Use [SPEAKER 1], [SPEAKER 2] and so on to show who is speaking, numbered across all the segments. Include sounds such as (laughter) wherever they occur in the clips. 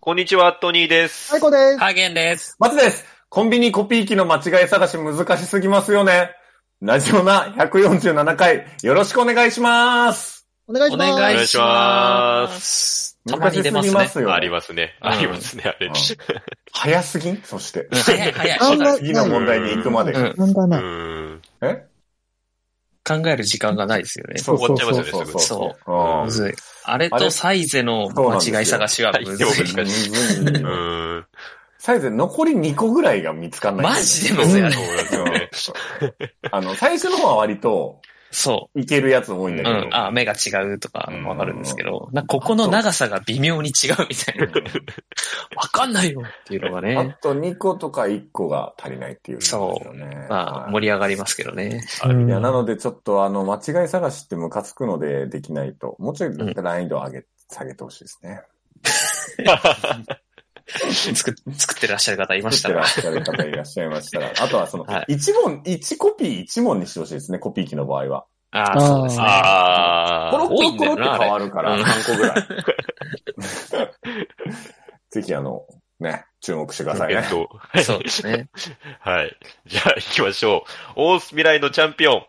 [SPEAKER 1] こんにちは、トニーです。
[SPEAKER 2] 最高です。
[SPEAKER 3] ハーゲンです。
[SPEAKER 4] 松です。コンビニコピー機の間違い探し難しすぎますよね。ラジオナ147回、よろしくお願いします。
[SPEAKER 2] お願いし
[SPEAKER 3] お
[SPEAKER 2] ます。
[SPEAKER 3] 願
[SPEAKER 1] い
[SPEAKER 3] い
[SPEAKER 1] し
[SPEAKER 3] し
[SPEAKER 1] ま
[SPEAKER 3] ますす。たまに出ます
[SPEAKER 4] 難
[SPEAKER 3] ね
[SPEAKER 4] し。すぎま
[SPEAKER 1] あ
[SPEAKER 4] す
[SPEAKER 1] り
[SPEAKER 4] よ。
[SPEAKER 1] ますね。
[SPEAKER 4] うん
[SPEAKER 1] ありますね、あれ
[SPEAKER 4] うん。早すぎんそして。
[SPEAKER 3] 早い早い。
[SPEAKER 2] あんま
[SPEAKER 4] 次の問題に行くまで
[SPEAKER 3] う。ん
[SPEAKER 2] 問題
[SPEAKER 1] う
[SPEAKER 2] ない。
[SPEAKER 1] ん。
[SPEAKER 4] え。
[SPEAKER 3] 考える時間がないですよね。
[SPEAKER 1] う終わっちゃいますよね
[SPEAKER 3] そう
[SPEAKER 4] うん
[SPEAKER 3] むずい。あれ
[SPEAKER 4] あれ
[SPEAKER 3] とサイゼの間違い探しはむず
[SPEAKER 1] そうなんです
[SPEAKER 3] い
[SPEAKER 1] よ。
[SPEAKER 4] むずいよ
[SPEAKER 1] うん。
[SPEAKER 4] サイズ残り2個ぐらいが見つかんない。
[SPEAKER 3] マジでむ
[SPEAKER 1] そう
[SPEAKER 3] ずい
[SPEAKER 1] な
[SPEAKER 3] あ
[SPEAKER 1] ん
[SPEAKER 3] れ。
[SPEAKER 1] ですよね。
[SPEAKER 4] うんあの、最初の方は割と、
[SPEAKER 3] そ
[SPEAKER 4] いけるやつ多いんだ
[SPEAKER 3] う。
[SPEAKER 4] け
[SPEAKER 3] う
[SPEAKER 4] ど。
[SPEAKER 3] ん。あ、目が違うとかわかるんですけど、なんかここの長さが微妙に違うみたいな。わかんないよっていうのが
[SPEAKER 4] あ
[SPEAKER 3] ね。
[SPEAKER 4] と2個とか1個が足りないっていう、ね。
[SPEAKER 3] まあ、
[SPEAKER 4] はい
[SPEAKER 3] 盛り上がりますけどね。
[SPEAKER 4] いや、なのでちょっとあの、間違い探しってムカつくのでできないと、もうちょい難易度を上げ、下げてほしいですね。
[SPEAKER 3] 作作ってらっしゃる方いまし
[SPEAKER 4] 作
[SPEAKER 3] た
[SPEAKER 4] ってらっ
[SPEAKER 3] ら。
[SPEAKER 4] しゃる方いらっしゃいま
[SPEAKER 3] (laughs)
[SPEAKER 4] したら、あとはその
[SPEAKER 3] は、
[SPEAKER 4] 一問、一コピー一問にしてほしいですね、コピー機の場合は。
[SPEAKER 3] ああ、そうですね。
[SPEAKER 1] あ
[SPEAKER 4] コ
[SPEAKER 1] (laughs)
[SPEAKER 4] ロ
[SPEAKER 1] あ
[SPEAKER 4] コ
[SPEAKER 3] 多い
[SPEAKER 4] ロ
[SPEAKER 3] ん
[SPEAKER 4] コ
[SPEAKER 3] だ
[SPEAKER 4] ロっ
[SPEAKER 3] よ
[SPEAKER 4] て
[SPEAKER 3] な
[SPEAKER 4] 変わるか
[SPEAKER 3] あ
[SPEAKER 4] ら、
[SPEAKER 3] れ
[SPEAKER 4] 3個ぐらい。 (laughs) ぜひあの、ね、注目してください
[SPEAKER 1] え
[SPEAKER 4] ね
[SPEAKER 1] っ。と、
[SPEAKER 3] そうですね。
[SPEAKER 1] はい。 (laughs) じゃあ行きましょう。オース未来のチャンピオン。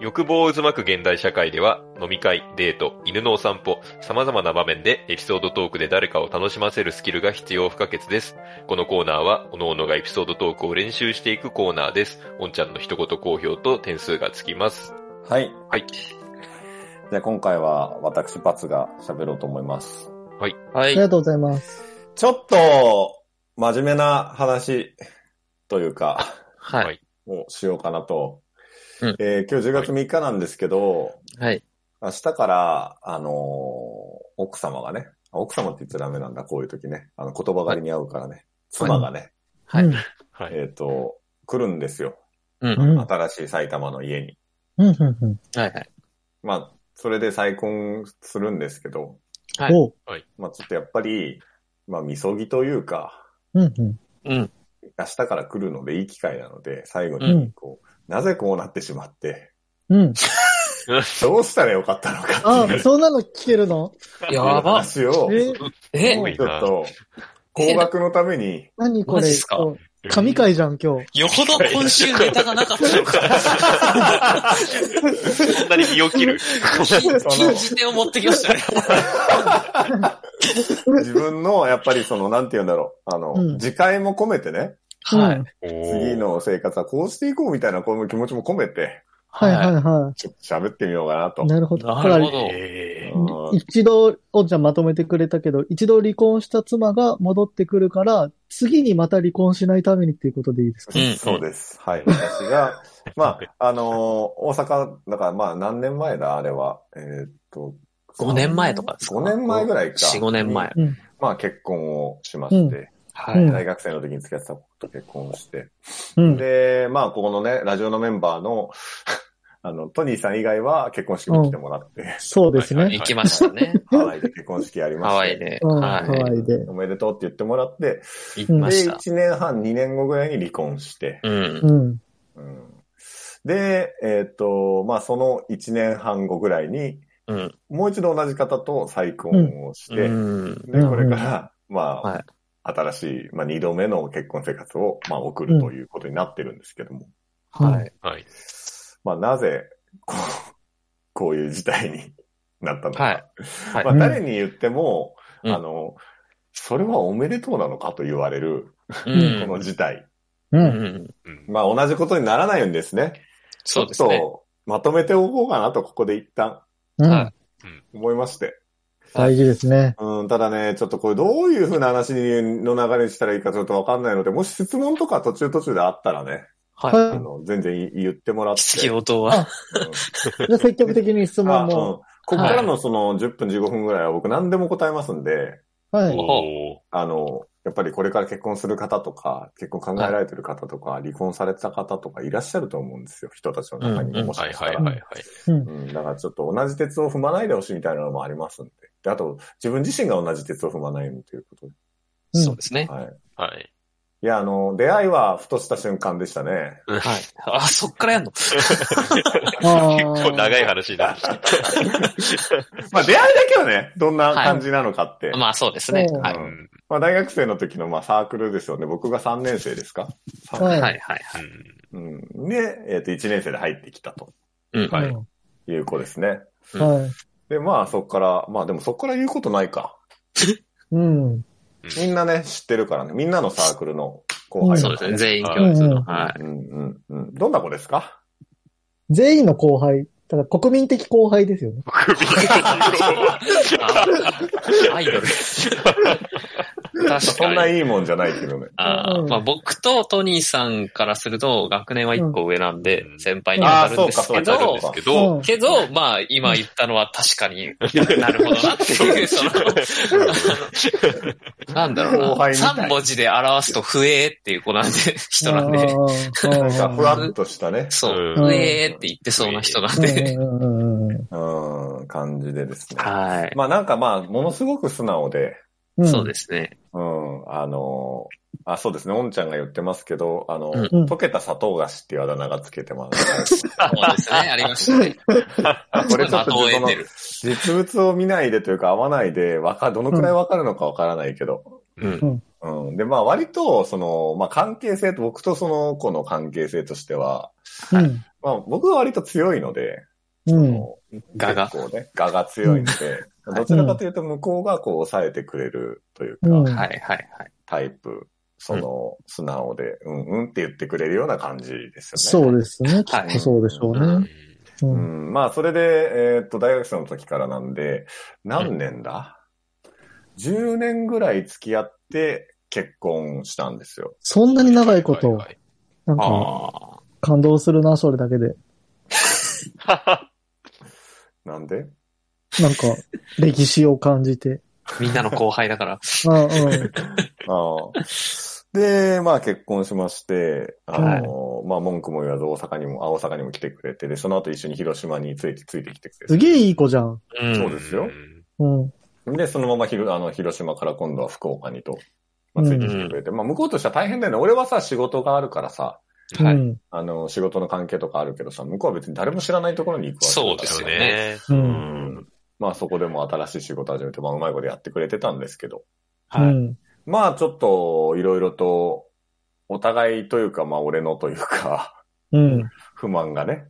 [SPEAKER 1] 欲望を渦巻く現代社会では、飲み会、デート、犬のお散歩、様々な場面でエピソードトークで誰かを楽しませるスキルが必要不可欠です。このコーナーは、各々がエピソードトークを練習していくコーナーです。おんちゃんの一言好評と点数がつきます。
[SPEAKER 4] はい。
[SPEAKER 1] はい。
[SPEAKER 4] じゃあ今回は私、バツが喋ろうと思います。
[SPEAKER 3] は
[SPEAKER 2] あ
[SPEAKER 3] い
[SPEAKER 2] り。がとうございます。
[SPEAKER 4] ちょっと、真面目な話というか、
[SPEAKER 3] はい。
[SPEAKER 4] をしようかなと。
[SPEAKER 3] うん
[SPEAKER 4] えー今日10月3日なんですけど、
[SPEAKER 3] はい。
[SPEAKER 4] 明日から、あのー奥様がね、あ奥様って言っちゃダメなんだ、こういう時ね。あの、言葉狩りに合うからね。妻がね、
[SPEAKER 3] はい
[SPEAKER 2] うん。
[SPEAKER 1] はい。
[SPEAKER 4] えっ、と、来るんですよ。
[SPEAKER 3] うん。
[SPEAKER 2] う
[SPEAKER 3] はい
[SPEAKER 2] ん。うん
[SPEAKER 4] 新しい埼玉の家に。
[SPEAKER 2] うんうん。
[SPEAKER 3] はい。
[SPEAKER 4] まあ、それで再婚するんですけど、
[SPEAKER 3] はい
[SPEAKER 2] おう。
[SPEAKER 4] まあ、ちょっとやっぱり、まあ、みそぎというか、
[SPEAKER 2] うんうん。
[SPEAKER 3] うん。
[SPEAKER 4] 明日から来るのでいい機会なので、最後
[SPEAKER 2] う
[SPEAKER 4] に
[SPEAKER 2] ん、
[SPEAKER 4] こう、なぜこうなってしまって、
[SPEAKER 2] うん。
[SPEAKER 4] どうしたらよかったのか
[SPEAKER 2] あ
[SPEAKER 4] ってい、う
[SPEAKER 2] そんなの聞けるの
[SPEAKER 3] やば。
[SPEAKER 4] 話を、ち
[SPEAKER 2] え、
[SPEAKER 3] え
[SPEAKER 1] すご
[SPEAKER 4] ょ
[SPEAKER 1] い
[SPEAKER 4] っ
[SPEAKER 1] な
[SPEAKER 4] と、高額のために、
[SPEAKER 2] 何こ
[SPEAKER 3] マ
[SPEAKER 2] れ
[SPEAKER 3] ジっすか
[SPEAKER 2] こう神回じゃん、今日。
[SPEAKER 3] よほど今週ネタがなかったのか。
[SPEAKER 1] そんなに身を切る。
[SPEAKER 3] 禁じ手を持ってきましたね。
[SPEAKER 4] 自分の、やっぱりその、なんて言うんだろう。あの、
[SPEAKER 2] うん
[SPEAKER 4] 自戒も込めてね、
[SPEAKER 3] は
[SPEAKER 2] (laughs) うん
[SPEAKER 1] お
[SPEAKER 3] い。
[SPEAKER 4] 次
[SPEAKER 1] ー
[SPEAKER 4] の生活はこうしていこうみたいな、この気持ちも込めて、
[SPEAKER 2] はいはいは
[SPEAKER 4] ちょっと喋ってみようかなと
[SPEAKER 2] い。。なるほど。
[SPEAKER 3] なるほ
[SPEAKER 2] だか
[SPEAKER 3] ど。
[SPEAKER 1] え
[SPEAKER 2] ら一度、おんちゃんまとめてくれたけど、一度離婚した妻が戻ってくるから、次にまた離婚しないためにっていうことでいいですか
[SPEAKER 4] うん
[SPEAKER 3] うん
[SPEAKER 4] そうです。はい。私が、まあ、あのー大阪、だからまあ、何年前だ、あれは。えーっと、
[SPEAKER 3] 5年前とかですか
[SPEAKER 4] 5年前ぐらいか。
[SPEAKER 3] 4、5年前。。
[SPEAKER 2] うん。
[SPEAKER 4] まあ、結婚をしまして、
[SPEAKER 3] は
[SPEAKER 2] うん
[SPEAKER 3] い。
[SPEAKER 4] 大学生の時に付き合ってた子と結婚をして、
[SPEAKER 2] うん。
[SPEAKER 4] で、まあ、ここのね、ラジオのメンバーの、 (laughs) あの、トニーさん以外は結婚式に来てもらって、
[SPEAKER 2] そうです
[SPEAKER 1] はい
[SPEAKER 2] ね。
[SPEAKER 3] 行きました
[SPEAKER 4] (laughs)
[SPEAKER 3] ね。
[SPEAKER 4] ハワイで結婚式やり
[SPEAKER 3] ハ
[SPEAKER 4] ました。
[SPEAKER 3] ワイで。
[SPEAKER 2] うん、
[SPEAKER 3] は
[SPEAKER 2] ハワイで。
[SPEAKER 4] おめでとうって言ってもらって、
[SPEAKER 3] い。行きま
[SPEAKER 4] で、
[SPEAKER 3] した。
[SPEAKER 4] 1年半、2年後ぐらいに離婚して、
[SPEAKER 3] うん。
[SPEAKER 2] うん。
[SPEAKER 4] うんで、えっ、と、まあ、その1年半後ぐらいに、
[SPEAKER 3] うん。
[SPEAKER 4] もう一度同じ方と再婚をして、
[SPEAKER 3] うん。
[SPEAKER 4] で、これから、まあ、
[SPEAKER 3] はい
[SPEAKER 4] 新しい、まあ、2度目の結婚生活を、まあ、送るということになってるんですけども、
[SPEAKER 3] はい。
[SPEAKER 1] ーはい。
[SPEAKER 4] まあ、なぜ、こう、 (laughs) こういう事態になったのか。
[SPEAKER 3] はい。はい
[SPEAKER 4] まあ、誰に言っても、
[SPEAKER 3] うん
[SPEAKER 4] あの、それはおめでとうなのかと言われる、
[SPEAKER 3] う
[SPEAKER 4] この
[SPEAKER 3] ん。
[SPEAKER 4] 事態。
[SPEAKER 2] う。
[SPEAKER 3] うんん。
[SPEAKER 1] うん
[SPEAKER 4] まあ、同じことにならないようにですね。
[SPEAKER 3] そうですね
[SPEAKER 4] ち。ょっと、まとめておこうかなと、ここで一旦
[SPEAKER 2] うん。
[SPEAKER 4] 思いまして。
[SPEAKER 2] 大事ですね。
[SPEAKER 4] うん、ただね、ちょっとこれどういう風な話の流れにしたらいいかちょっとわかんないので、もし質問とか途中途中であったらね、
[SPEAKER 3] は
[SPEAKER 4] あの、全然言ってもらっ
[SPEAKER 3] い。
[SPEAKER 4] て。
[SPEAKER 3] 質疑応答は。
[SPEAKER 2] じゃあ積極的に質
[SPEAKER 4] うんあ
[SPEAKER 2] 問
[SPEAKER 4] うん
[SPEAKER 2] も。
[SPEAKER 4] ここからのその10分15分ぐらいは僕何でも答えますんで、
[SPEAKER 2] はい。
[SPEAKER 1] おー
[SPEAKER 4] あの、やっぱりこれから結婚する方とか、結婚考えられてる方とか、離婚されてた方とかいらっしゃると思うんですよ。人たちの中に
[SPEAKER 3] うんう
[SPEAKER 4] も
[SPEAKER 3] ん
[SPEAKER 4] もし
[SPEAKER 1] は
[SPEAKER 4] か
[SPEAKER 1] い
[SPEAKER 4] した
[SPEAKER 1] はい
[SPEAKER 4] ら。
[SPEAKER 1] はいはい。
[SPEAKER 4] うん、だからちょっと同じ鉄を踏まないでほしいみたいなのもありますんで。であと、自分自身が同じ鉄を踏まないようにということで。
[SPEAKER 2] うん
[SPEAKER 3] そうですね。
[SPEAKER 4] はい。
[SPEAKER 1] はい。
[SPEAKER 4] いや、あの、出会いはふとした瞬間でしたね。
[SPEAKER 3] はい。あ、そっからやんの
[SPEAKER 2] あー
[SPEAKER 1] 結構長い話になる。
[SPEAKER 4] まあ出会いだけはね、どんな感じなのかって。
[SPEAKER 3] まあそうですね。
[SPEAKER 2] うん
[SPEAKER 3] はい。
[SPEAKER 4] うんまあ大学生の時のまあサークルですよね。僕が3年生ですか、
[SPEAKER 2] は
[SPEAKER 3] はいいはいはい。
[SPEAKER 4] うん、で、えっ、と1年生で入ってきたと
[SPEAKER 3] うん。
[SPEAKER 1] はい
[SPEAKER 2] うん
[SPEAKER 4] いう子ですね。
[SPEAKER 2] はい。
[SPEAKER 4] で、まあそこから、まあでもそこから言うことないか。
[SPEAKER 2] うん。
[SPEAKER 4] みんなね、知ってるからね。みんなのサークルの後輩、
[SPEAKER 3] そうですね。。全員共通の。はい。
[SPEAKER 4] うんうんうん。どんな子ですか
[SPEAKER 2] 全員の後輩。だから国民的後輩ですよね。
[SPEAKER 3] あアイ
[SPEAKER 4] (laughs)
[SPEAKER 3] ドル。確かに。
[SPEAKER 4] そんないいもんじゃないけどね。
[SPEAKER 3] あーまあ、僕とトニーさんからすると、学年は一個上なんで
[SPEAKER 1] う、ん
[SPEAKER 3] 先輩に当たるんです
[SPEAKER 4] あ
[SPEAKER 3] け
[SPEAKER 4] ーそう
[SPEAKER 3] ど
[SPEAKER 4] かそう、か
[SPEAKER 1] けど、
[SPEAKER 2] うん
[SPEAKER 3] けど、まあ、今言ったのは確か
[SPEAKER 4] (laughs)
[SPEAKER 3] に、なるほどなっていう、その、なんだろ
[SPEAKER 4] 後
[SPEAKER 3] うな。
[SPEAKER 4] 輩みたい
[SPEAKER 3] 3文字で表すと、不えっていう子なんで、人なん
[SPEAKER 2] あ
[SPEAKER 3] で。
[SPEAKER 2] ー。
[SPEAKER 4] なんか、ふ
[SPEAKER 2] あ
[SPEAKER 4] (laughs) わっとしたね、
[SPEAKER 3] そう、
[SPEAKER 1] うん
[SPEAKER 3] 不えって言ってそうな人なん
[SPEAKER 2] ー
[SPEAKER 3] で。
[SPEAKER 2] うんうんうん
[SPEAKER 4] うん、感じでですね。
[SPEAKER 3] はい。
[SPEAKER 4] まあなんかまあ、ものすごく素直で、
[SPEAKER 2] うん
[SPEAKER 3] そうですね。
[SPEAKER 4] うん、あのーあ、そうですね、おんちゃんが言ってますけど、あの、
[SPEAKER 3] うん
[SPEAKER 4] 溶けた砂糖菓子っていうあだ名がつけ
[SPEAKER 3] (laughs)
[SPEAKER 4] てます。
[SPEAKER 3] そうですね。ありましたね。
[SPEAKER 4] (laughs) あこれちょっと
[SPEAKER 3] まあ的
[SPEAKER 4] そ
[SPEAKER 3] を得
[SPEAKER 4] の
[SPEAKER 3] てる
[SPEAKER 4] 実物を見ないでというか、合わないで、わか、どのくらいわかるのかわからないけど。
[SPEAKER 3] うん。
[SPEAKER 4] うん。で、まあ割と、その、まあ関係性と、僕とその子の関係性としては、
[SPEAKER 2] うん。
[SPEAKER 4] まあ僕は割と強いので、
[SPEAKER 2] うん。
[SPEAKER 3] ガが。
[SPEAKER 4] 結構ね、ガが強いので、どちらかというと向こうがこう抑えてくれるというか、
[SPEAKER 2] うん
[SPEAKER 3] はいはいはい。
[SPEAKER 4] タイプ、その、素直で、うんうんって言ってくれるような感じですよね。
[SPEAKER 2] そうですね。き
[SPEAKER 3] はい
[SPEAKER 2] っとそうでしょうね。う。
[SPEAKER 4] うんん、まあ、それで、えーっと、大学生の時からなんで、何年だ、?10 年ぐらい付き合って結婚したんですよ。
[SPEAKER 2] そんなに長いこと、なんか、
[SPEAKER 3] ああ。
[SPEAKER 2] 感動するな、それだけで。
[SPEAKER 4] なんで
[SPEAKER 2] なんか、歴史を感じて。
[SPEAKER 3] みんなの後輩だから。
[SPEAKER 2] あうん。
[SPEAKER 4] ああで、まあ、結婚しまして、あの、まあ、文句も言わず大阪にも、あ大阪にも来てくれて、で、その後一緒に広島について、ついてきてくれ
[SPEAKER 2] す
[SPEAKER 4] て。
[SPEAKER 2] げえいい子じゃん。
[SPEAKER 3] うん。
[SPEAKER 4] そうですよ。
[SPEAKER 2] うん。
[SPEAKER 4] で、そのままひろあの広島から今度は福岡にと、まあ、ついてきてくれて、まあ、向こうとしては大変だよね。俺はさ、仕事があるからさ、
[SPEAKER 1] は
[SPEAKER 2] う
[SPEAKER 1] い。
[SPEAKER 2] ん。
[SPEAKER 4] あの、仕事の関係とかあるけどさ、向こうは別に誰も知らないところに行くわけだから
[SPEAKER 3] そうですよね
[SPEAKER 2] う。
[SPEAKER 1] うんん。
[SPEAKER 4] まあそこでも新しい仕事始めて、まあうまいことやってくれてたんですけど。
[SPEAKER 2] う
[SPEAKER 3] はい。
[SPEAKER 2] ん。
[SPEAKER 4] まあちょっと、いろいろと、お互いというか、まあ俺のというか、 (laughs)
[SPEAKER 2] うん。
[SPEAKER 4] 不満がね。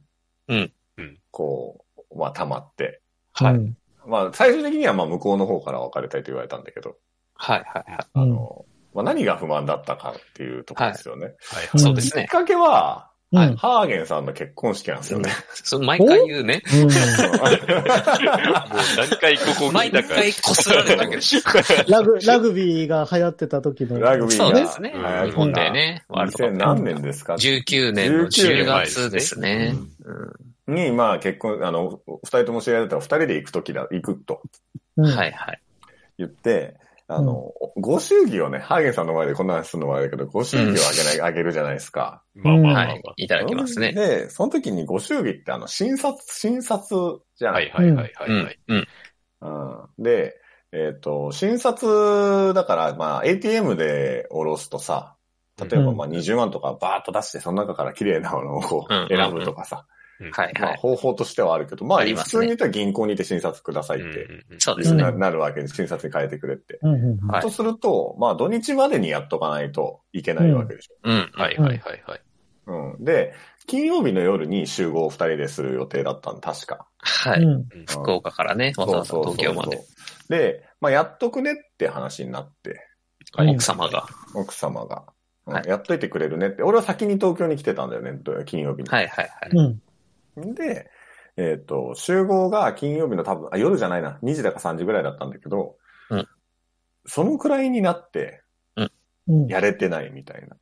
[SPEAKER 3] うん
[SPEAKER 1] うん
[SPEAKER 4] こう、まあ溜まって。
[SPEAKER 3] はい。
[SPEAKER 2] うん
[SPEAKER 4] まあ最終的にはまあ向こうの方から別れたいと言われたんだけど、
[SPEAKER 3] はいはいは
[SPEAKER 4] あの、まあ何が不満だったかっていうところですよね。
[SPEAKER 1] はい
[SPEAKER 3] い。
[SPEAKER 1] は
[SPEAKER 3] そうです
[SPEAKER 4] きっ
[SPEAKER 3] ね。
[SPEAKER 4] かけは、
[SPEAKER 2] うん。うん
[SPEAKER 4] ハーゲンさんの結婚式なんですよね。
[SPEAKER 3] そう毎回言うね。
[SPEAKER 1] い。もう何回ここ
[SPEAKER 3] 毎
[SPEAKER 1] 来たか。
[SPEAKER 3] 回こすられたけど。
[SPEAKER 2] ラグ、ラグビーが流行ってた時の。
[SPEAKER 4] (laughs) ラグビーが。
[SPEAKER 3] そうですね。
[SPEAKER 1] はい
[SPEAKER 3] 日本でね。ワールドカ
[SPEAKER 4] 2000
[SPEAKER 3] ッ
[SPEAKER 4] 何年ですか
[SPEAKER 3] プ。19年の10
[SPEAKER 4] 19
[SPEAKER 3] 月ですね。
[SPEAKER 4] に、まあ結婚、あの、二人とも知り合いだったら二人で行くときだ、行くと
[SPEAKER 2] うん
[SPEAKER 3] はいはい。
[SPEAKER 4] 言って、あの、ご祝儀をね、ハーゲンさんの前でこんな話するのもあれだけど、ご祝儀をあげない、あげるじゃないですか。
[SPEAKER 1] (laughs) まあまあまあ
[SPEAKER 3] は
[SPEAKER 1] まあ
[SPEAKER 3] い。いただきますね。
[SPEAKER 4] で、その時にご祝儀ってあの、診察、診察じゃな。
[SPEAKER 1] はいいはいはいは
[SPEAKER 3] う
[SPEAKER 1] いは
[SPEAKER 3] ん
[SPEAKER 1] い。。
[SPEAKER 3] うん。
[SPEAKER 4] うん、で、えっ、と、診察だから、まあ ATM で下ろすとさ、例えばまあ20万とかバーッと出して、その中から綺麗なものを
[SPEAKER 3] うん
[SPEAKER 4] 選ぶとかさ、
[SPEAKER 3] はい
[SPEAKER 4] ま
[SPEAKER 3] は
[SPEAKER 4] あ
[SPEAKER 3] い。
[SPEAKER 4] 方法としてはあるけど、まあ
[SPEAKER 3] あ
[SPEAKER 4] 普
[SPEAKER 3] りますね
[SPEAKER 4] 通に言ったら銀行に行って診察くださいって。
[SPEAKER 3] そうです
[SPEAKER 2] ん
[SPEAKER 3] ね。
[SPEAKER 4] ななるわけで、診察に変えてくれって。
[SPEAKER 2] うんうんうん
[SPEAKER 3] はい
[SPEAKER 4] とすると、まあ土日までにやっとかないといけないわけでしょ。
[SPEAKER 3] うん。
[SPEAKER 1] はいはいはいはい。
[SPEAKER 4] うん。で、金曜日の夜に集合を二人でする予定だったん確か。
[SPEAKER 3] は
[SPEAKER 2] う
[SPEAKER 3] い。
[SPEAKER 2] ん
[SPEAKER 3] 福岡からね、わざわざ
[SPEAKER 4] そうそうそう
[SPEAKER 3] 東京まで。。
[SPEAKER 4] で、まあやっとくねって話になって、
[SPEAKER 2] うん
[SPEAKER 3] 奥様が。
[SPEAKER 4] 奥様が。うん
[SPEAKER 3] はい
[SPEAKER 4] やっといてくれるねって。俺は先に東京に来てたんだよね、ど金曜日に。
[SPEAKER 3] はいはいはい。
[SPEAKER 2] うん。
[SPEAKER 4] で、えっ、と、集合が金曜日の多分、あ、夜じゃないな、2時だか3時ぐらいだったんだけど、
[SPEAKER 3] うん
[SPEAKER 4] そのくらいになって、
[SPEAKER 2] うん。
[SPEAKER 4] やれてないみたいな、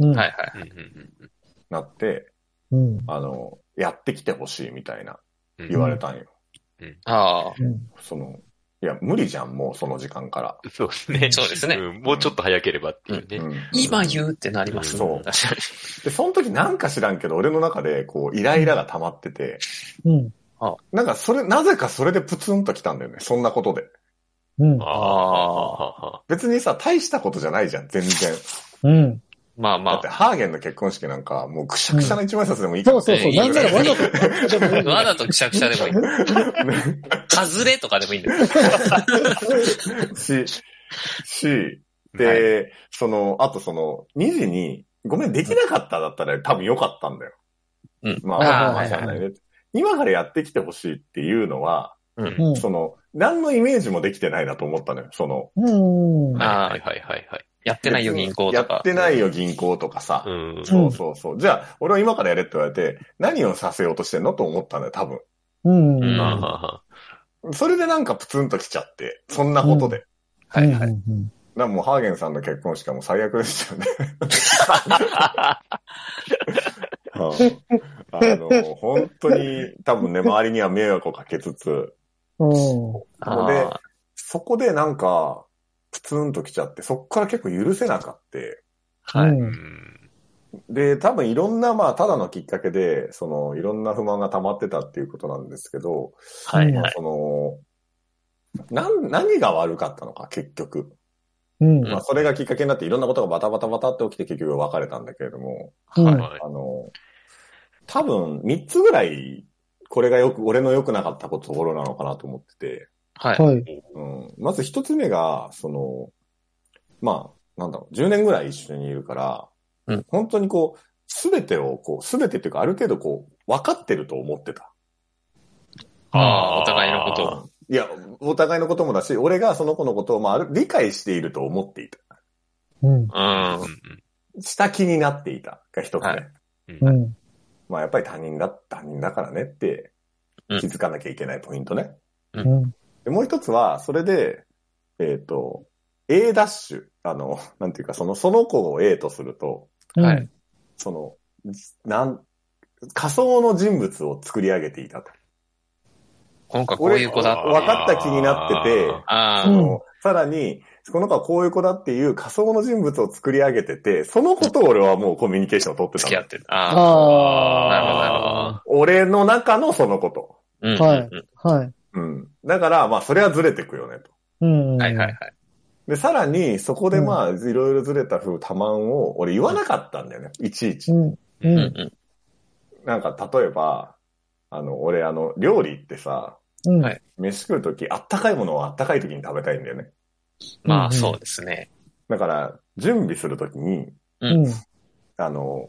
[SPEAKER 2] うん。
[SPEAKER 3] はいはい。
[SPEAKER 1] うんうん
[SPEAKER 4] なって、
[SPEAKER 2] うん。
[SPEAKER 4] あの、やってきてほしいみたいな
[SPEAKER 1] うん
[SPEAKER 4] 言われたんよ。
[SPEAKER 3] ああ。
[SPEAKER 2] うん。
[SPEAKER 4] その、いや、無理じゃん、もうその時間から。
[SPEAKER 1] そうですね。
[SPEAKER 3] そうですね
[SPEAKER 1] うんもうちょっと早ければっていうね。
[SPEAKER 4] うん
[SPEAKER 3] 今言うってなりますね
[SPEAKER 4] そう
[SPEAKER 3] 確かに。
[SPEAKER 4] で、その時なんか知らんけど、俺の中で、こう、イライラが溜まってて、
[SPEAKER 2] うん。
[SPEAKER 4] なんかそれ、なぜかそれでプツンと来たんだよね、そんなことで。
[SPEAKER 2] うん
[SPEAKER 1] あ。
[SPEAKER 3] ああ。
[SPEAKER 1] ああ。
[SPEAKER 4] 別にさ、大したことじゃないじゃん、全然。
[SPEAKER 2] うん。
[SPEAKER 3] まあま
[SPEAKER 4] だ
[SPEAKER 3] あ
[SPEAKER 4] って、。ハーゲンの結婚式なんか、もうくしゃくしゃな一枚札でもいいか
[SPEAKER 2] そうそう
[SPEAKER 4] ら
[SPEAKER 2] そう。
[SPEAKER 3] いい
[SPEAKER 2] なんならわざと。でもいい
[SPEAKER 3] (laughs) わざとくしゃくしゃでもいい。かずれとかでもいいんだよ。
[SPEAKER 4] (laughs) し、し、で、
[SPEAKER 1] はい
[SPEAKER 4] その、あとその、2時に、ごめん、できなかっただったら多分よかったんだよ。
[SPEAKER 3] うん
[SPEAKER 4] ま
[SPEAKER 3] あ
[SPEAKER 4] あ、
[SPEAKER 3] ー
[SPEAKER 4] まあ、しゃあないね今からやってきてほしいっていうのは、
[SPEAKER 2] うん
[SPEAKER 4] その、何のイメージもできてないなと思ったのよ。その、
[SPEAKER 2] うん。うん。
[SPEAKER 3] ああ
[SPEAKER 1] はいはいはいはい。
[SPEAKER 3] やってないよ、銀行
[SPEAKER 4] や
[SPEAKER 3] と
[SPEAKER 4] っ
[SPEAKER 3] か。
[SPEAKER 4] てないよ、銀行とかさ。
[SPEAKER 1] うん。
[SPEAKER 4] そうそうそう。じゃあ、俺は今からやれって言われて、何をさせようとしてんのと思ったんだよ、多分。
[SPEAKER 2] うん。
[SPEAKER 3] うん
[SPEAKER 1] まあ
[SPEAKER 3] ま
[SPEAKER 1] はあはあ
[SPEAKER 4] それでなんかプツンと来ちゃって、そんなことで。
[SPEAKER 3] はいはい。
[SPEAKER 2] うんうん
[SPEAKER 4] だからもうハーゲンさんの結婚式はもう最悪でし
[SPEAKER 3] (laughs)
[SPEAKER 4] たよね。うんあの、本当に多分ね、周りには迷惑をかけつつ、
[SPEAKER 2] うん。
[SPEAKER 4] ので
[SPEAKER 3] ああ
[SPEAKER 4] そこでなんか、プツンと来ちゃって、そこから結構許せなかって、
[SPEAKER 3] はい。
[SPEAKER 1] う
[SPEAKER 2] うん
[SPEAKER 1] ん。
[SPEAKER 4] で、多分いろんな、まあ、ただのきっかけで、その、いろんな不満が溜まってたっていうことなんですけど、
[SPEAKER 3] はい
[SPEAKER 4] ま
[SPEAKER 3] は
[SPEAKER 4] あ
[SPEAKER 3] い。
[SPEAKER 4] その、なん、何が悪かったのか、結局。
[SPEAKER 2] うん。
[SPEAKER 4] まあ、それがきっかけになって、いろんなことがバタバタバタって起きて結局別れたんだけれども、
[SPEAKER 2] うん
[SPEAKER 1] はい。
[SPEAKER 4] あの、多分、3つぐらい、これがよく、俺の良くなかったこところなのかなと思ってて、
[SPEAKER 3] はい。
[SPEAKER 2] はい。
[SPEAKER 4] うん、まず一つ目が、その、まあ、なんだろう、10年ぐらい一緒にいるから、
[SPEAKER 3] うん
[SPEAKER 4] 本当にこう、すべてを、こう、すべてっていうか、ある程度こう、分かってると思ってた。
[SPEAKER 3] ああ、お互いのことを。
[SPEAKER 4] いや、お互いのこともだし、俺がその子のことを、まあある、理解していると思っていた。
[SPEAKER 2] うん。
[SPEAKER 3] うん。
[SPEAKER 4] した気になっていたが一つ目。
[SPEAKER 3] はい
[SPEAKER 1] うん
[SPEAKER 2] う
[SPEAKER 1] うん
[SPEAKER 2] ん。
[SPEAKER 4] まあ、やっぱり他人だ、他人だからねって、
[SPEAKER 3] うん
[SPEAKER 4] 気づかなきゃいけないポイントね。
[SPEAKER 2] うん。
[SPEAKER 4] で、もう一つは、それで、えっ、と、A ダッシュ、あの、なんていうか、その、その子を A とすると、
[SPEAKER 3] はい。
[SPEAKER 4] その、じなん、仮想の人物を作り上げていたと。
[SPEAKER 3] 今回こういう子だ。
[SPEAKER 4] 分かった気になってて、
[SPEAKER 3] あ
[SPEAKER 4] あ
[SPEAKER 3] あ、
[SPEAKER 4] のさらに、この子はこういう子だっていう仮想の人物を作り上げてて、その子と俺はもうコミュニケーションを取ってた
[SPEAKER 3] 付き合
[SPEAKER 4] の
[SPEAKER 3] ってる。ああ。
[SPEAKER 2] あ
[SPEAKER 3] なるほど、なる
[SPEAKER 4] 俺の中のその子と。
[SPEAKER 3] ほど。うん。
[SPEAKER 2] はい
[SPEAKER 3] うん
[SPEAKER 2] あ。はい。
[SPEAKER 4] うん。だから、まあ、それはずれてくよねと。
[SPEAKER 2] うん。
[SPEAKER 3] はいはいはい。
[SPEAKER 4] で、さらに、そこでまあ、いろいろずれた不満を、俺言わなかったんだよね。いちいち
[SPEAKER 2] う。ん。う
[SPEAKER 3] うん
[SPEAKER 2] ん。
[SPEAKER 3] うん。
[SPEAKER 4] なんか、例えば、あの、俺、あの、料理ってさ、
[SPEAKER 2] うん。
[SPEAKER 3] はい
[SPEAKER 4] 飯食うとき、あったかいものはあったかいときに食べたいんだよね。
[SPEAKER 3] まあ、そうですね。
[SPEAKER 4] だから、準備するときに、
[SPEAKER 2] うん。
[SPEAKER 4] あの、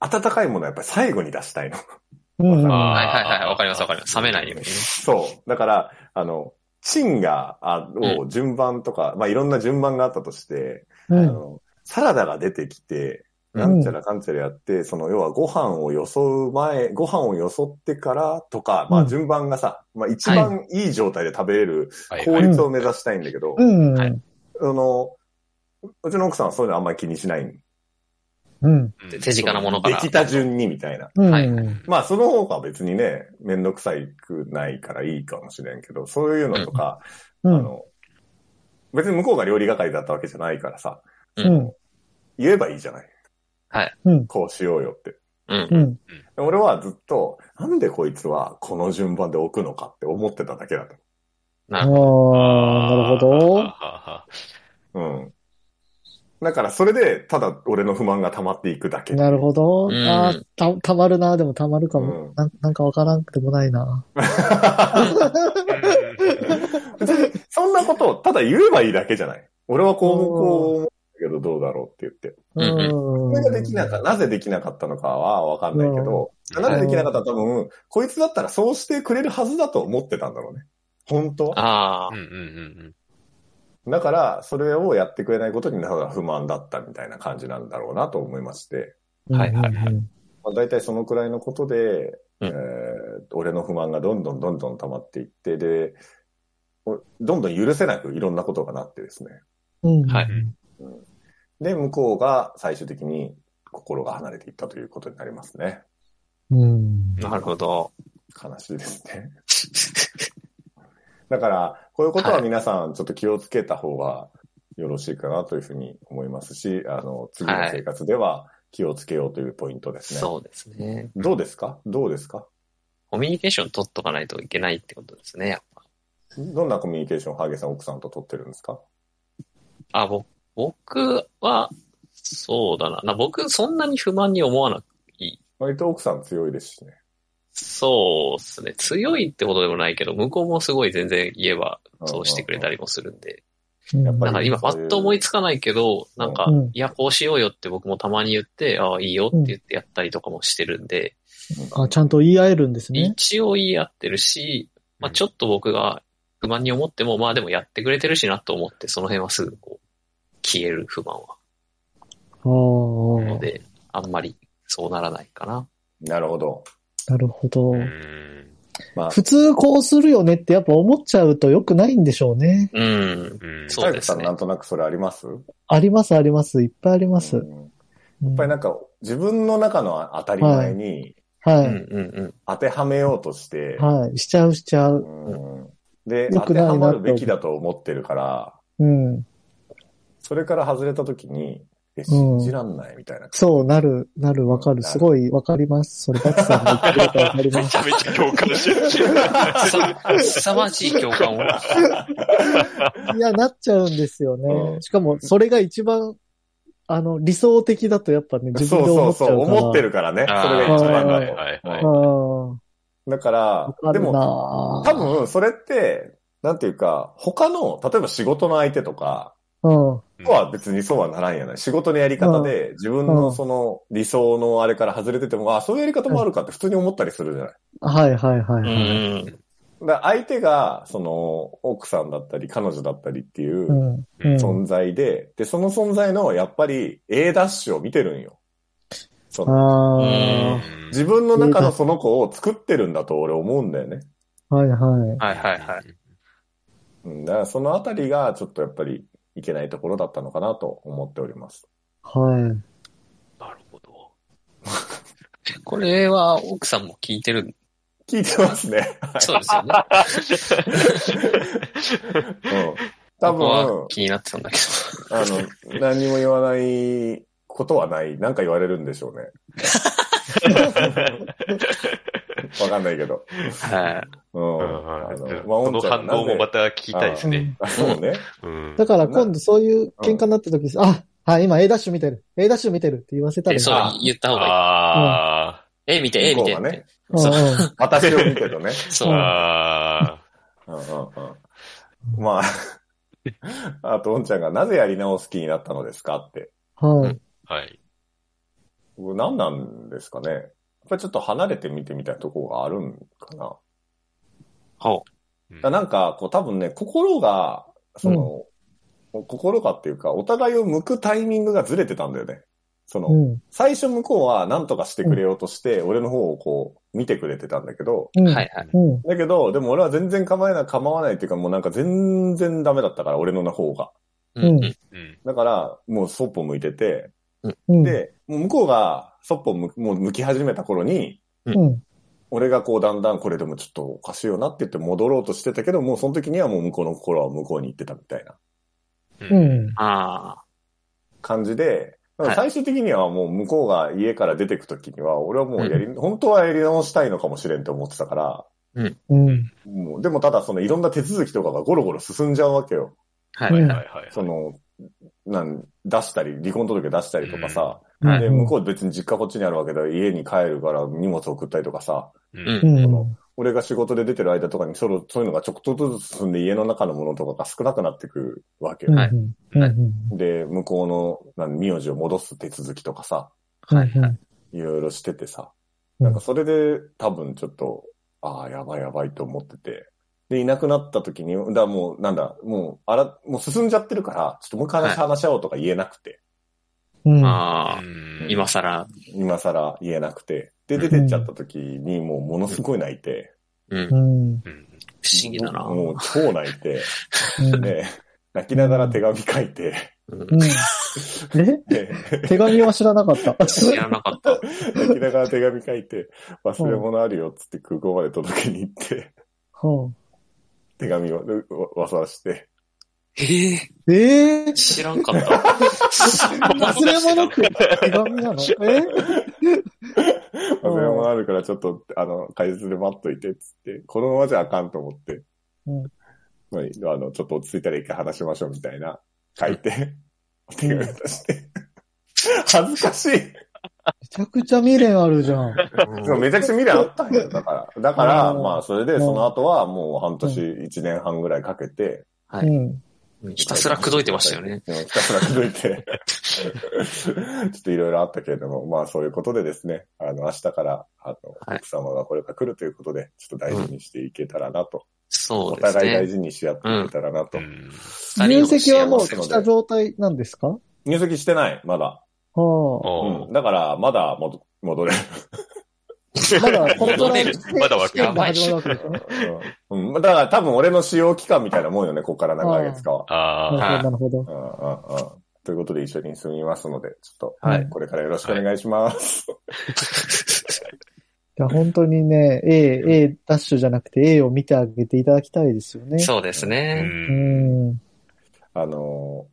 [SPEAKER 4] 温かいものはやっぱり最後に出したいの。 (laughs)
[SPEAKER 2] うん。
[SPEAKER 1] あー
[SPEAKER 3] はいはいはい。わかりますわかります。冷めないようにね。
[SPEAKER 4] そう。だから、あの、チンが、あを順番とか、まあ、いろんな順番があったとして、
[SPEAKER 2] う
[SPEAKER 4] あ
[SPEAKER 2] ん。
[SPEAKER 4] の、サラダが出てきて、なんちゃらかんちゃらやって、その、要はご飯をよそう前、ご飯をよそってからとか、ま
[SPEAKER 2] う
[SPEAKER 4] あ
[SPEAKER 2] ん
[SPEAKER 4] 順番がさ、まあ一番いい状態で食べれる
[SPEAKER 1] はい
[SPEAKER 4] 効
[SPEAKER 1] はい。
[SPEAKER 4] 率を目指したいんだけど、
[SPEAKER 2] うん。
[SPEAKER 3] はい
[SPEAKER 4] あの、うちの奥さんはそういうのあんまり気にしない。
[SPEAKER 2] うん。
[SPEAKER 1] うん
[SPEAKER 3] で手近なものから。
[SPEAKER 4] できた順にみたいな。
[SPEAKER 2] うん。
[SPEAKER 3] はい
[SPEAKER 4] まあ、その方が別にね、めんどくさいくないからいいかもしれんけど、そういうのとか、
[SPEAKER 2] う
[SPEAKER 4] あ
[SPEAKER 2] ん。
[SPEAKER 4] の、別に向こうが料理係だったわけじゃないからさ、
[SPEAKER 2] うん。
[SPEAKER 4] 言えばいいじゃない。
[SPEAKER 3] はい。
[SPEAKER 2] うん
[SPEAKER 4] こうしようよって。
[SPEAKER 3] うん
[SPEAKER 2] う。ん。
[SPEAKER 4] で俺はずっと、なんでこいつはこの順番で置くのかって思ってただけだと。
[SPEAKER 2] あ
[SPEAKER 3] な
[SPEAKER 2] あ、な
[SPEAKER 3] る
[SPEAKER 2] る
[SPEAKER 3] ほど。
[SPEAKER 2] ほ
[SPEAKER 1] は
[SPEAKER 2] ど。
[SPEAKER 1] はは
[SPEAKER 4] うん。だから、それで、ただ俺の不満が溜まっていくだけ。
[SPEAKER 2] なるほど。
[SPEAKER 3] うん
[SPEAKER 2] あーた、たまるな、でもたまるかも。
[SPEAKER 4] うん
[SPEAKER 2] なんなんかわからんくてもないな。
[SPEAKER 4] 別にそんなことをただ言えばいいだけじゃない。俺はこう、こう思ったけどどうだろうって言って。
[SPEAKER 3] うんうん
[SPEAKER 2] うん。
[SPEAKER 4] それができなかった、なぜできなかったのかはわかんないけど、
[SPEAKER 1] うん
[SPEAKER 4] なぜできなかったら多分、こいつだったらそうしてくれるはずだと思ってたんだろうね。本当
[SPEAKER 3] あ
[SPEAKER 4] は。
[SPEAKER 1] うんうんうん
[SPEAKER 4] だから、それをやってくれないことにただ不満だったみたいな感じなんだろうなと思いまして、
[SPEAKER 3] はいはい
[SPEAKER 2] はい。
[SPEAKER 4] まあ、大体そのくらいのことで、
[SPEAKER 3] うん
[SPEAKER 4] えー俺の不満がどんどんどんどん溜まっていって、で、おどんどん許せなくいろんなことがなってですね。
[SPEAKER 2] うん。
[SPEAKER 3] はい
[SPEAKER 4] で、向こうが最終的に心が離れていったということになりますね。
[SPEAKER 2] うん。
[SPEAKER 3] あ。なるほど。
[SPEAKER 4] 悲しいですね。 (laughs) だから、こういうことは皆さんちょっと気をつけた方がよろしいかなというふうに思いますし、あの、次の生活では気をつけようというポイントですね。
[SPEAKER 3] そうですね。
[SPEAKER 4] どうですかどうですか
[SPEAKER 3] コミュニケーション取っとかないといけないってことですね、やっぱ。
[SPEAKER 4] どんなコミュニケーションをハーゲさん、奥さんと取ってるんですか
[SPEAKER 3] あ、ぼ僕は、そうだな。な僕、そんなに不満に思わなく
[SPEAKER 4] 割と奥さん強いですしね。
[SPEAKER 3] そうですね。強いってことでもないけど、向こうもすごい全然言えば、そうしてくれたりもするんで。
[SPEAKER 2] や
[SPEAKER 4] っぱ
[SPEAKER 3] だ
[SPEAKER 4] り
[SPEAKER 3] から今、パッと思いつかないけど、なんか
[SPEAKER 2] うん、
[SPEAKER 3] いや、こうしようよって僕もたまに言って、ああ、いいよって言ってやったりとかもしてるんで、
[SPEAKER 2] あ、ちゃんと言い合えるんですね。
[SPEAKER 3] 一応言い合ってるし、まあちょっと僕が不満に思っても、まあでもやってくれてるしなと思って、その辺はすぐこう、消える不満は。
[SPEAKER 2] ああ、
[SPEAKER 3] ので、あんまりそうならないかな。
[SPEAKER 4] なるほど。
[SPEAKER 2] なるほど
[SPEAKER 1] う。ん。
[SPEAKER 4] まあ、
[SPEAKER 2] 普通こうするよねってやっぱ思っちゃうと良くないんでしょうね。
[SPEAKER 3] うん。
[SPEAKER 1] うん。
[SPEAKER 3] そう
[SPEAKER 4] タイ
[SPEAKER 3] で
[SPEAKER 4] プさ
[SPEAKER 3] す
[SPEAKER 4] ん
[SPEAKER 3] ね
[SPEAKER 4] なんとなくそれあります
[SPEAKER 2] ありますあります。いっぱいあります。
[SPEAKER 4] うんやっぱりなんか、自分の中の当たり前に
[SPEAKER 2] は
[SPEAKER 3] うん
[SPEAKER 2] い、
[SPEAKER 3] うん
[SPEAKER 4] 当てはめようとして、
[SPEAKER 2] はい。しちゃうしちゃう。
[SPEAKER 4] うんで、
[SPEAKER 2] 良
[SPEAKER 4] 当
[SPEAKER 2] く
[SPEAKER 4] て
[SPEAKER 2] ないな
[SPEAKER 4] はまるべきだと思ってるから、
[SPEAKER 2] うん。
[SPEAKER 4] それから外れた時に、え、
[SPEAKER 2] う
[SPEAKER 4] 信
[SPEAKER 2] ん
[SPEAKER 4] じらんないみたいな。
[SPEAKER 2] そう、なる、なる、わかる。すごいわかります。それ、バツさんが言ってくれたらわかり
[SPEAKER 1] め
[SPEAKER 2] ま
[SPEAKER 1] ち
[SPEAKER 2] す。
[SPEAKER 1] ゃめちゃ共感
[SPEAKER 3] (laughs)
[SPEAKER 1] してる。
[SPEAKER 3] うん。すさまじい共感を。
[SPEAKER 2] (laughs) いや、なっちゃうんですよ
[SPEAKER 4] う
[SPEAKER 2] ね。
[SPEAKER 4] ん
[SPEAKER 2] しかも、それが一番、あの、理想的だとやっぱね、自
[SPEAKER 4] そ
[SPEAKER 2] 分
[SPEAKER 4] う
[SPEAKER 2] で
[SPEAKER 4] そ
[SPEAKER 2] 思っ
[SPEAKER 4] う
[SPEAKER 2] ちゃから。
[SPEAKER 4] そうう、思ってるからね。そ
[SPEAKER 1] あー
[SPEAKER 4] れが一番
[SPEAKER 1] は
[SPEAKER 4] だ
[SPEAKER 1] い
[SPEAKER 4] と
[SPEAKER 1] はいはい
[SPEAKER 2] ああ、わ
[SPEAKER 4] だから、
[SPEAKER 2] か
[SPEAKER 4] で
[SPEAKER 2] る
[SPEAKER 4] も、
[SPEAKER 2] な
[SPEAKER 4] 多分、それって、なんていうか、他の、例えば仕事の相手とか、
[SPEAKER 2] うん。
[SPEAKER 1] うん
[SPEAKER 4] とは別にそうはならんやない。仕事のやり方で、自分
[SPEAKER 2] う
[SPEAKER 4] の
[SPEAKER 2] ん
[SPEAKER 4] その理想のあれから外れてても、あ、そういうやり方もあるかって普通に思ったりするじゃない。
[SPEAKER 2] はいはいはいうはい。。
[SPEAKER 3] ん。
[SPEAKER 4] だから相手が、その、奥さんだったり、彼女だったりっていううん
[SPEAKER 2] うん。
[SPEAKER 4] 存在で、で、その存在の、やっぱり、A ダッシュを見てるんよ。その、
[SPEAKER 2] あ
[SPEAKER 4] 自分の中のその子を作ってるんだと俺思うんだよね。
[SPEAKER 2] あ、はいはい。
[SPEAKER 3] はいはいはい。
[SPEAKER 4] うん、だからそのあたりがちょっとやっぱりいけないところだったのかなと思っております。
[SPEAKER 2] はい。
[SPEAKER 3] なるほど。これは奥さんも聞いてるん
[SPEAKER 4] 聞いてますね。
[SPEAKER 3] そうですよね。
[SPEAKER 4] うん。 (laughs) 多
[SPEAKER 3] 僕は
[SPEAKER 4] 分、
[SPEAKER 3] 気になってたんだけ
[SPEAKER 4] あの、何も言わないことはない。なんか言われるんでしょうね。わかんないけど。
[SPEAKER 3] ど。はい。
[SPEAKER 4] うん。あ
[SPEAKER 1] はい
[SPEAKER 4] の、まあ、
[SPEAKER 1] この
[SPEAKER 4] ちゃ
[SPEAKER 1] 反
[SPEAKER 4] んな
[SPEAKER 1] 応も
[SPEAKER 4] んで
[SPEAKER 1] また聞きたいですね。
[SPEAKER 4] あそうね。
[SPEAKER 1] うん
[SPEAKER 2] だから今度そういう喧嘩になった時、あ、はい、今 A ダッシュ見てる。A ダッシュ見てるって言わせたらい
[SPEAKER 3] え
[SPEAKER 2] い
[SPEAKER 3] そう、言った方がいい。
[SPEAKER 1] あ
[SPEAKER 3] え、見て、え、見て。
[SPEAKER 4] 向こうがね
[SPEAKER 2] うんうん
[SPEAKER 4] 私を見てとね。
[SPEAKER 1] ー
[SPEAKER 3] そう。
[SPEAKER 1] あ
[SPEAKER 4] うんうんうん。まあ、あ (laughs) と、おんちゃんがなぜやり直す気になったのですかって。
[SPEAKER 2] はい。
[SPEAKER 1] ー。はい。
[SPEAKER 4] これ何なんですかね。やっぱりちょっと離れてみてみたいなところがあるんかな。
[SPEAKER 3] ほ
[SPEAKER 1] うん
[SPEAKER 4] だなんか、こう多分ね、心が、その、心がっていうか、お互いを向くタイミングがずれてたんだよね。その、
[SPEAKER 2] うん。
[SPEAKER 4] 最初向こうは何とかしてくれようとして、俺の方をこう、見てくれてたんだけど、
[SPEAKER 2] う
[SPEAKER 3] う。
[SPEAKER 2] ん。
[SPEAKER 3] はいはい。
[SPEAKER 2] うん。
[SPEAKER 4] だけど、でも俺は全然構えない、構わないっていうか、もうなんか全然ダメだったから、俺の方が。
[SPEAKER 3] うん
[SPEAKER 2] う
[SPEAKER 3] うんん。
[SPEAKER 1] うん。
[SPEAKER 4] だから、もうそっぽ向いてて、
[SPEAKER 2] うん。
[SPEAKER 4] で、もう向こうがそっぽ向もう向き始めた頃に、
[SPEAKER 2] うん。
[SPEAKER 4] 俺がこうだんだんこれでもちょっとおかしいよなって言って戻ろうとしてたけど、もうその時にはもう向こうの心は向こうに行ってたみたいな
[SPEAKER 2] う
[SPEAKER 1] うん
[SPEAKER 2] ん。
[SPEAKER 3] あ
[SPEAKER 4] 感じで、だ
[SPEAKER 3] は
[SPEAKER 4] か
[SPEAKER 3] い
[SPEAKER 4] ら最終的にはもう向こうが家から出てく時には、俺はもうやり、本当はやり直したいのかもしれんと思ってたから、
[SPEAKER 2] うん。
[SPEAKER 4] もう、でもただそのいろんな手続きとかがゴロゴロ進んじゃうわけよ。
[SPEAKER 3] あ。
[SPEAKER 1] は
[SPEAKER 3] はいい。
[SPEAKER 1] はいはい。
[SPEAKER 4] その、なん、出したり、離婚届出したりとかさ、
[SPEAKER 3] はい
[SPEAKER 4] で、向こう別に実家こっちにあるわけだ家に帰るから荷物送ったりとかさ、
[SPEAKER 1] う。
[SPEAKER 3] うん。
[SPEAKER 2] うんん。
[SPEAKER 4] 俺が仕事で出てる間とかにそろそういうのがちょっとずつ進んで家の中のものとかが少なくなってくるわけよ。
[SPEAKER 3] はい
[SPEAKER 2] うん。うん。
[SPEAKER 4] で、向こうのなん名字を戻す手続きとかさ、
[SPEAKER 3] はいはい。
[SPEAKER 4] いろいろしててさ、
[SPEAKER 2] うん
[SPEAKER 4] なんかそれで多分ちょっと、ああ、やばいやばいと思ってて、で、いなくなった時に、だもう、なんだ、もう、あら、もう進んじゃってるから、ちょっともう一回話し合おうとか言えなくて、
[SPEAKER 2] うん。
[SPEAKER 3] ああ、
[SPEAKER 1] うん
[SPEAKER 3] 今更。
[SPEAKER 4] 今更言えなくて、で、出てっちゃった時にもうものすごい泣いて、
[SPEAKER 3] うん
[SPEAKER 2] う。ん。
[SPEAKER 1] うん
[SPEAKER 3] 不思議だな。
[SPEAKER 4] もう超泣いて、
[SPEAKER 2] うん。
[SPEAKER 4] で、泣きながら手紙書いて、
[SPEAKER 3] うん
[SPEAKER 2] え (laughs)
[SPEAKER 4] で
[SPEAKER 2] 手紙は知らなかった。 (laughs)
[SPEAKER 3] 知らなかった。
[SPEAKER 4] 泣きながら手紙書いて、忘れ物あるよっつって空港まで届けに行って、
[SPEAKER 2] は
[SPEAKER 4] 手紙をうわさわして、
[SPEAKER 3] ええ
[SPEAKER 2] あええ
[SPEAKER 3] 知らんかった。
[SPEAKER 2] 忘れ物って手紙なの (laughs) え
[SPEAKER 4] 忘れ物あるからちょっと、あの、解説で待っといてっつって、このままじゃあかんと思って、
[SPEAKER 2] うん
[SPEAKER 4] まあ、あの、ちょっと落ち着いたら一回話しましょうみたいな、書いて、手紙出して、恥ずかしい。
[SPEAKER 2] めちゃくちゃ未練あるじゃん。
[SPEAKER 4] そうめちゃくちゃ未来あったんや、だから。だから、
[SPEAKER 2] うん
[SPEAKER 4] まあ、それで、その後はもう半年、一年半ぐらいかけて、
[SPEAKER 3] はい
[SPEAKER 2] うん。
[SPEAKER 3] ひたすら口説いてましたよね。
[SPEAKER 4] うん。ひたすら口説いて、 (laughs) ちょっといろいろあったけれども、まあ、そういうことでですね、あの、明日から、あの、
[SPEAKER 3] はい
[SPEAKER 4] 奥様がこれから来るということで、ちょっと大事にしていけたらなと。
[SPEAKER 3] そ
[SPEAKER 4] お
[SPEAKER 3] うです
[SPEAKER 4] 互い大
[SPEAKER 3] ね。
[SPEAKER 4] 事にし合っていけたらなと。
[SPEAKER 1] うん
[SPEAKER 2] 入籍はもう
[SPEAKER 4] 二人を幸せに
[SPEAKER 2] した状態なんですか
[SPEAKER 4] 入籍してない、まだ。
[SPEAKER 2] は
[SPEAKER 1] あ
[SPEAKER 4] うん。
[SPEAKER 1] ー
[SPEAKER 4] だから、まだ戻、戻れる。 (laughs)
[SPEAKER 2] あ。まだ、この
[SPEAKER 3] 戻れる
[SPEAKER 1] まだわか
[SPEAKER 2] か
[SPEAKER 1] ん
[SPEAKER 3] ない
[SPEAKER 2] 始まるわけですよね。
[SPEAKER 4] うん。だから、多分俺の使用期間みたいなもんよね、ここから何ヶ月かは。
[SPEAKER 1] あ
[SPEAKER 3] はい
[SPEAKER 2] なるほど、なるほど。
[SPEAKER 4] うんうんうんということで一緒に住みますので、ちょっと、
[SPEAKER 2] はい
[SPEAKER 4] これからよろしくお願いします。
[SPEAKER 2] いや、本当にね、A、A ダッシュじゃなくて A を見てあげていただきたいですよね。
[SPEAKER 3] そうです
[SPEAKER 1] あ。う。
[SPEAKER 3] ね。
[SPEAKER 2] うんん。
[SPEAKER 4] あの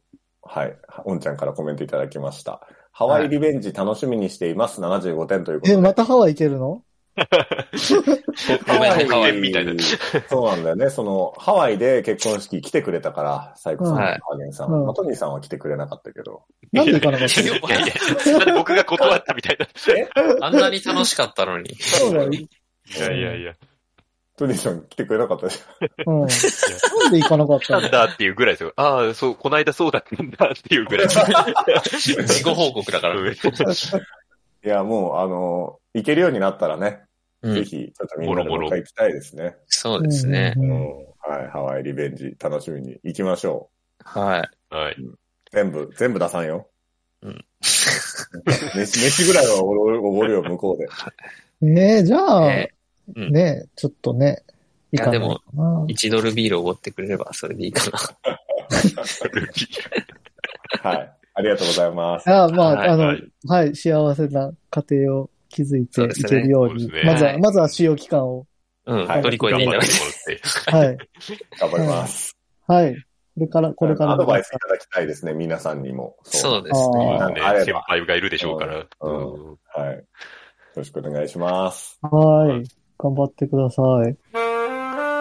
[SPEAKER 4] ーはい。おんちゃんからコメントいただきました。ハワイリベンジ楽しみにしています。75点というこ
[SPEAKER 2] (laughs)
[SPEAKER 4] と
[SPEAKER 2] え、
[SPEAKER 4] で。
[SPEAKER 2] またハワイ行けるの
[SPEAKER 1] ごめんね、ハワイみたいな。
[SPEAKER 4] そうなんだよね。その、ハワイで結婚式来てくれたから、サイコさん、
[SPEAKER 3] はい
[SPEAKER 4] ハーゲンさん。
[SPEAKER 2] うん
[SPEAKER 4] まあトニーさんは来てくれなかったけど。
[SPEAKER 2] なんで行かなかっ
[SPEAKER 1] いやい
[SPEAKER 2] た
[SPEAKER 1] やいや、なんで僕が断ったみたいな。
[SPEAKER 3] あんなに楽しかったのに。
[SPEAKER 2] そうだよ。
[SPEAKER 1] いやいやいや。
[SPEAKER 4] トニーさん来てくれなかったじ
[SPEAKER 2] うん。なんで行かなかった
[SPEAKER 1] (laughs) な
[SPEAKER 2] の
[SPEAKER 1] んだっていうぐらいですよ。ああ、そう、こないだそうだったんだっていうぐらい。
[SPEAKER 3] (laughs) 自己報告だ
[SPEAKER 1] (laughs)
[SPEAKER 3] から。
[SPEAKER 4] ゃん。いや、もう、あのー行けるようになったらね、
[SPEAKER 3] う
[SPEAKER 4] ぜ
[SPEAKER 3] ん。
[SPEAKER 4] ひ、ちょっとみんなで
[SPEAKER 1] もろも
[SPEAKER 4] も
[SPEAKER 1] ろ
[SPEAKER 4] う一回行きたいですね。
[SPEAKER 3] そうですね。
[SPEAKER 2] うん
[SPEAKER 4] うんはい。ハワイリベンジ楽しみに行きましょ
[SPEAKER 3] はい。
[SPEAKER 1] はい。
[SPEAKER 4] う。全部、全部出さんよ。
[SPEAKER 3] うん
[SPEAKER 4] (laughs) 飯、飯ぐらいはおごるおごるよ、向こうで。
[SPEAKER 2] ねえ、じゃあ、
[SPEAKER 3] えーうん
[SPEAKER 2] ねえ、ちょっとね、
[SPEAKER 3] い
[SPEAKER 2] 行か
[SPEAKER 3] や
[SPEAKER 2] ないかな。
[SPEAKER 3] 1ドルビールをおごってくれればそれでいいかな。
[SPEAKER 1] ルビー
[SPEAKER 4] はい。ありがとうございます。
[SPEAKER 2] あまあ、
[SPEAKER 3] はい
[SPEAKER 2] あの、
[SPEAKER 1] は
[SPEAKER 2] はいい、幸せな家庭を築いて
[SPEAKER 3] そう
[SPEAKER 2] い
[SPEAKER 3] ですね
[SPEAKER 2] けるように、
[SPEAKER 1] そうですね
[SPEAKER 2] まずは、
[SPEAKER 3] はい
[SPEAKER 2] まずは使用期間を、
[SPEAKER 3] うん。
[SPEAKER 4] はい
[SPEAKER 3] 乗り越え
[SPEAKER 1] 頑
[SPEAKER 3] てい
[SPEAKER 1] 張
[SPEAKER 3] た
[SPEAKER 1] って
[SPEAKER 3] だいて。
[SPEAKER 1] もらって。
[SPEAKER 2] はい、
[SPEAKER 4] 頑張ります。
[SPEAKER 2] はい。これから、これから
[SPEAKER 4] アドバイスいただきたいですね、皆さんにも。
[SPEAKER 3] そうですね。
[SPEAKER 1] そう
[SPEAKER 4] あ
[SPEAKER 1] で
[SPEAKER 4] れ
[SPEAKER 1] すね。先
[SPEAKER 4] ば
[SPEAKER 1] 輩がいるでしょうから。
[SPEAKER 4] うん
[SPEAKER 1] うん
[SPEAKER 4] はい。よろしくお願いします。
[SPEAKER 2] はい。頑張ってください。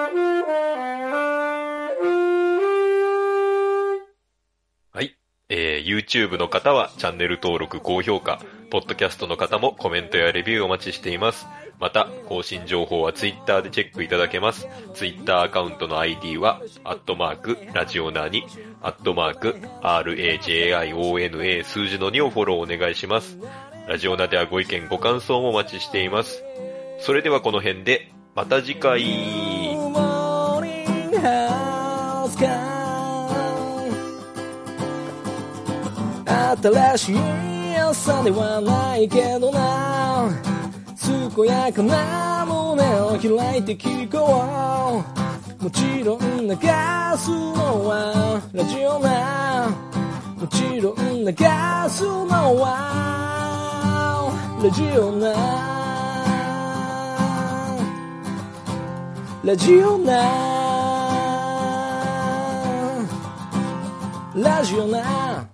[SPEAKER 1] はい。えー YouTube の方はチャンネル登録、高評価、Podcast の方もコメントやレビューお待ちしています。また、更新情報は Twitter でチェックいただけます。Twitter アカウントの ID は、アットマーク、ラジオナーに、アットマーク、RAJIONA 数字の2をフォローお願いします。ラジオナではご意見、ご感想もお待ちしています。それではこの辺で、また次回。
[SPEAKER 5] Morning House 新しい朝ではないけどな健やかな胸を開いて聞こうもちろん流すのはラジオなもちろん流すのはラジオなラジオなラジオな